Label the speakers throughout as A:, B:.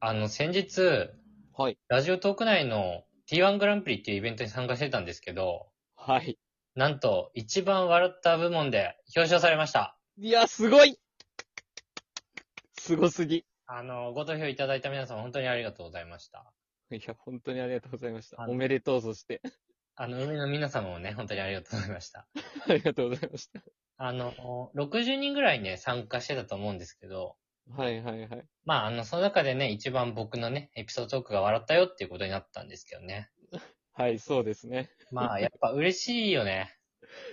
A: あの、先日、
B: はい。
A: ラジオトーク内の T1 グランプリっていうイベントに参加してたんですけど、
B: はい。
A: なんと、一番笑った部門で表彰されました。
B: いや、すごいすごすぎ。
A: あの、ご投票いただいた皆様、本当にありがとうございました。
B: いや、本当にありがとうございました。
A: あの
B: おめでとう、そして。
A: あの、海の皆様もね、本当にありがとうございました。
B: ありがとうございました。
A: あの、60人ぐらいね、参加してたと思うんですけど、
B: はいはいはい。
A: まあ、あの、その中でね、一番僕のね、エピソードトークが笑ったよっていうことになったんですけどね。
B: はい、そうですね。
A: まあ、やっぱ嬉しいよね。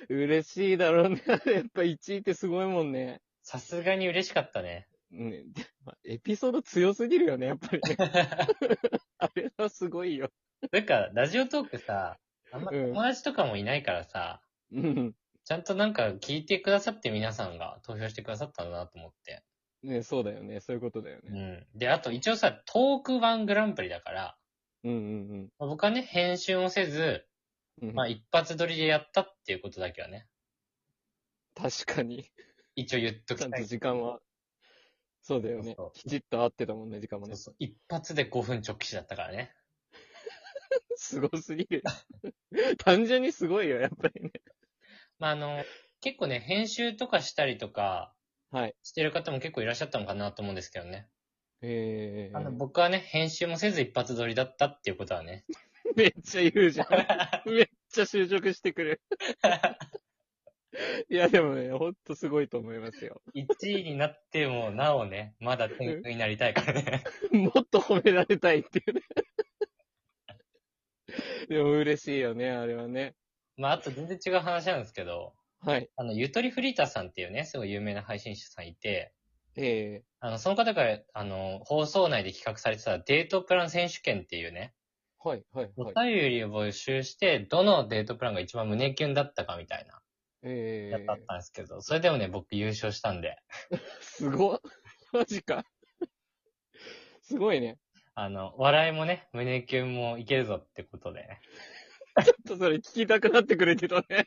B: 嬉しいだろうね。 やっぱ1位ってすごいもんね。
A: さすがに嬉しかったね。
B: うん。でまあエピソード強すぎるよね、やっぱり ね。あれはすごいよ。
A: なんか、ラジオトークさ、あんま
B: うん
A: 友達とかもいないからさ、
B: うん。
A: ちゃんとなんか聞いてくださって皆さんが投票してくださったんだなと思って。
B: ね、そうだよね。そういうことだよね。
A: うん。で、あと一応さ、トーク版グランプリだから、
B: うんうん
A: まあ僕はね、編集をせず、
B: うん。うん
A: まあ一発撮りでやったっていうことだけはね、
B: 確かに。
A: 一応言っと
B: ちゃ
A: き
B: ん
A: た
B: と
A: い。
B: 時間は。そうだよね
A: そうそう。
B: きちっと合ってたもんね、時間も
A: そ
B: ね
A: う。そう一発で5分直視だったからね。
B: すごすぎる。単純にすごいよ、やっぱりね。
A: まああの、結構ね、編集とかしたりとか
B: はい。
A: してる方も結構いらっしゃったのかなと思うんですけどね。
B: え
A: あの、
B: ー、
A: 僕はね、編集もせず一発撮りだったっていうことはね、
B: めっちゃ言うじゃん。めっちゃ就職してくる。いや、でもね、ほんとすごいと思いますよ。
A: 1位になっても、なおね、まだ天狗になりたいからね。
B: もっと褒められたいっていうね。でも嬉しいよね、あれはね。
A: まあ、あと全然違う話なんですけど、
B: はい。
A: あの、ゆとりフリーターさんっていうね、すごい有名な配信者さんいて、
B: え
A: あの、その方から、あの、放送内で企画されてたデートプラン選手権っていうね、
B: ー、はい、はい、
A: お
B: はい。
A: 便りを募集して、どのデートプランが一番胸キュンだったかみたいな、
B: え
A: やつだったんですけど、それでもね、僕優勝したんで、
B: ー、すごっ。マジか。すごいね。
A: あの、笑いもね、胸キュンもいけるぞってことでね。
B: ちょっとそれ聞きたくなってくれてた ね。めっ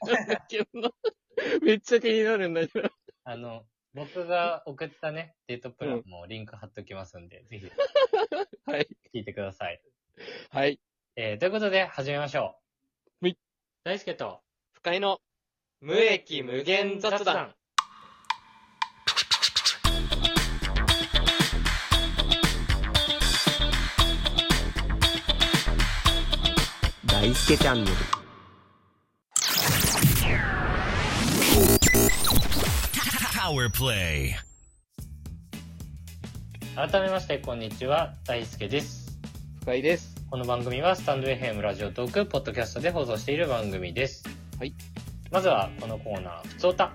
B: ちゃ気になるんだけど。
A: あの、僕が送ったね、デートプランもリンク貼っときますんで、ぜひ
B: はい。
A: 聞いてください。
B: はい。
A: えーということで、始めましょう。
B: はい。
A: 大輔と、
B: 不快の無益無限雑談。。
C: 大輔チャンネル
A: 改めまして、こんにちは、大輔です。
B: 不快です。
A: この番組は、スタンド FM ラジオトーク、ポッドキャストで放送している番組です。
B: はい。
A: まずは、このコーナー、ふつおた。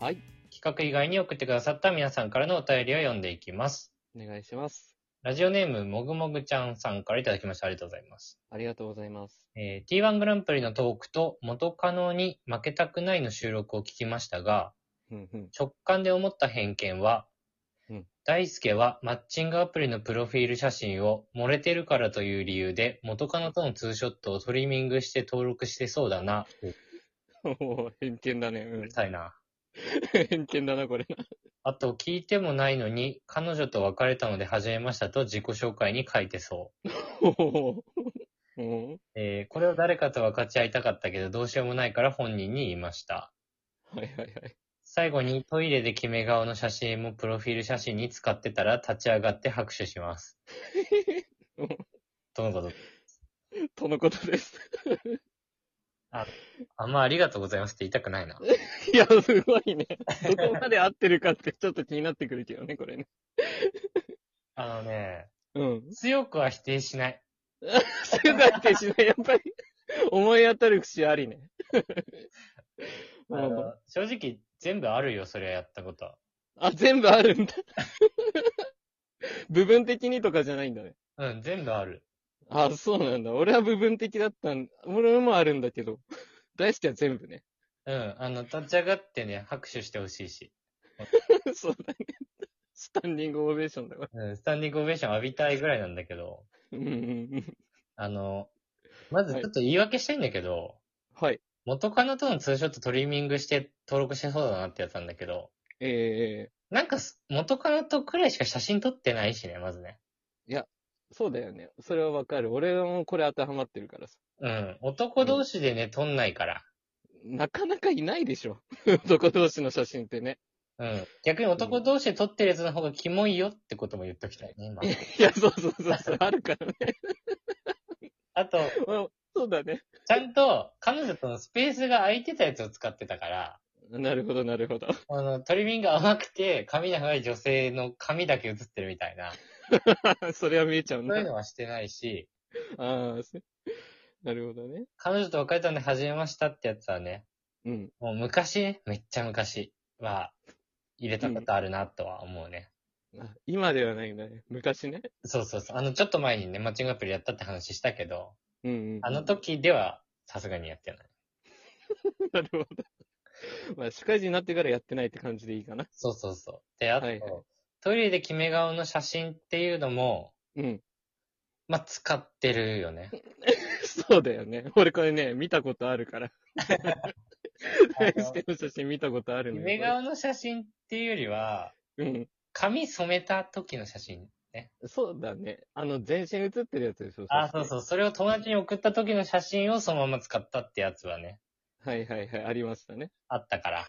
B: はい。
A: 企画以外に送ってくださった皆さんからのお便りを読んでいきます。
B: お願いします。
A: ラジオネーム、もぐもぐちゃんさんからいただきました。ありがとうございます。
B: ありがとうございます。
A: えー T1 グランプリのトークと元カノに負けたくないの収録を聞きましたが、
B: うんうん。
A: 直感で思った偏見は、
B: うん
A: 大輔はマッチングアプリのプロフィール写真を漏れてるからという理由で元カノとのツーショットをトリミングして登録してそうだな。
B: もう偏見だね。
A: う
B: う
A: るさいな。
B: ん。偏見だな、これ。
A: あと、聞いてもないのに、彼女と別れたので始めましたと自己紹介に書いてそう。
B: おお。うん
A: えーこれを誰かと分かち合いたかったけど、どうしようもないから本人に言いました。
B: はいはいはい。
A: 最後にトイレで決め顔の写真もプロフィール写真に使ってたら立ち上がって拍手し ます。どうぞどうぞ。
B: とのことです。
A: あんまありがとうございますって言いたくないな。
B: いや、すごいね。どこまで合ってるかってちょっと気になってくるけどね、これね。
A: あのね、
B: うん。
A: 強くは否定しない。
B: 世代ってしない、やっぱり。思い当たる節あり ね。
A: あの正直全部あるよ、それやったことは。
B: あ、全部あるんだ。部分的にとかじゃないんだね。
A: うん、全部ある。
B: あ、そうなんだ。俺は部分的だったん俺もあるんだけど。大好きは全部ね。
A: うん、あの、立ち上がってね、拍手してほしいし。
B: そうだね。スタンディングオベーションだから。
A: うん、スタンディングオベーション浴びたいぐらいなんだけど、
B: うんうんうん。
A: あの、まずちょっと言い訳したいんだけど、
B: はい。
A: 元カノとのツーショットトリミングして登録してそうだなってやつなんだけど、
B: え
A: なんかす、元カノとくらいしか写真撮ってないしね、まずね。
B: そうだよね。それはわかる。俺もこれ当てはまってるからさ。
A: うん。男同士でね、撮んないから。
B: なかなかいないでしょ。 男同士の写真ってね。
A: うん。逆に男同士で撮ってるやつの方がキモいよってことも言っときたいね、今。
B: いや、そうそうそうそう、あるからね。
A: あと、
B: まあそうだね。
A: ちゃんと彼女とのスペースが空いてたやつを使ってたから、
B: なるほど、なるほど。
A: あの、トリミング甘くて、髪長い女性の髪だけ映ってるみたいな、
B: それは見えちゃうん
A: そういう
B: だ。
A: のはしてないし、
B: ああ、そうなるほどね。
A: 彼女と別れたんで始めましたってやつはね、
B: うん。
A: もう昔ね、めっちゃ昔は、入れたことあるなとは思うね。
B: あ今ではないんだね。昔ね。
A: そうそうそう。あの、ちょっと前にね、マッチングアプリやったって話したけど、
B: うん、 うん。
A: あの時では、さすがにやってない。
B: なるほど。まあ、社会人になってからやってないって感じでいいかな。
A: そうそうそう。で、あと、
B: はいはい
A: トイレで決め顔の写真っていうのも、
B: うん。
A: まあ、使ってるよね。
B: そうだよね。俺これね、見たこと あるから。大しての写真見たことある
A: 決
B: のよ。
A: め顔の写真っていうよりは、
B: これうん。
A: 髪染めた時の写真ね。
B: そうだね。あの、全身写ってるやつでしょ。。
A: あ、そうそうう。それを友達に送った時の写真をそのまま使ったってやつはね、
B: はいはいはい、ありましたね。
A: あったから。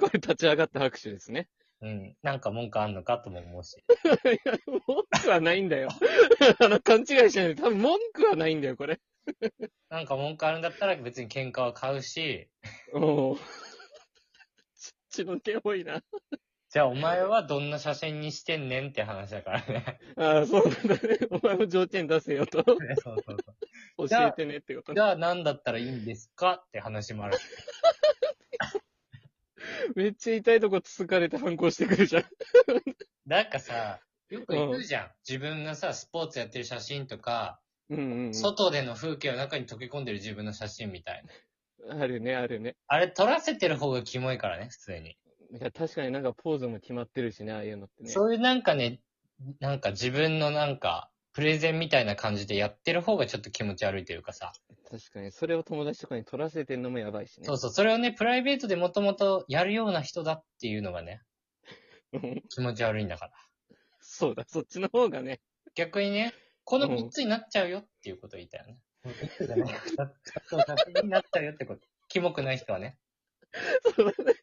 B: これ立ち上がった拍手です ね。
A: うん。なんか文句あんのかとも思うし。
B: いや、文句はないんだよ。 あの、勘違いしないで、多分文句はないんだよ、これ。
A: なんか文句あるんだったら別に喧嘩は買うし、
B: おお。ち、血の毛多いな。
A: じゃあお前はどんな写真にしてんねんって話だからね。
B: ああ、そうなんだね。お前も条件出せ よと。教
A: そうそうそ
B: えてねってこと
A: う。じ。
B: ね
A: ゃあ何だったらいいんですかって話もある。
B: めっちゃ痛いとこつつかれて反抗してくるじゃん。
A: なんかさ、よく言うじゃん。自分がさ、スポーツやってる写真とか、
B: うんうん、う
A: 外での風景の中に溶け込んでる自分の写真みたいな。
B: ん。あるね、あるね。
A: あれ、撮らせてる方がキモいからね、普通に。
B: いや、確かになんかポーズも決まってるしね、ああいうのってね。
A: そういうなんかね、なんか自分のなんか、プレゼンみたいな感じでやってる方がちょっと気持ち悪いというかさ。
B: 確かに。それを友達とかに撮らせてんのもやばいしね
A: そう。そう、それをね、プライベートでもともとやるような人だっていうのがね、
B: うん
A: 気持ち悪いんだから。
B: そうだ、そっちの方がね。
A: 逆にね、この
B: うん
A: 3つになっちゃうよっていうことを言いたいよね。3つじゃない。そう、3つになっちゃうよってこと。キモくない人はね。
B: そうだね。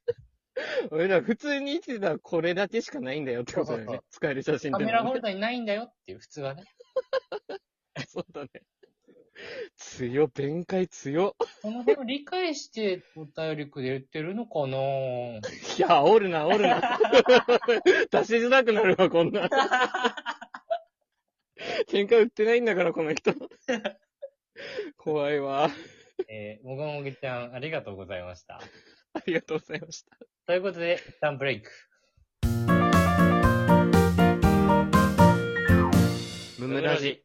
B: 俺ら普通に生きてたらこれだけしかないんだよってことだよ
A: そうそう
B: ね。使える写真っ
A: カ
B: て
A: メ
B: の
A: ラ
B: はね
A: ホルダーにないんだよっていう、普通はね。
B: そうだね。強、弁解強。
A: この辺を理解してお便りくれてるのかない
B: や、おるな、おるな。出しづらくなるわ、こんな。喧嘩売ってないんだから、この人。怖いわ。
A: えー、もぐもぐちゃん、ありがとうございました。
B: ありがとうございました。
A: ということで、一旦ブレイク。
C: ムムラジ。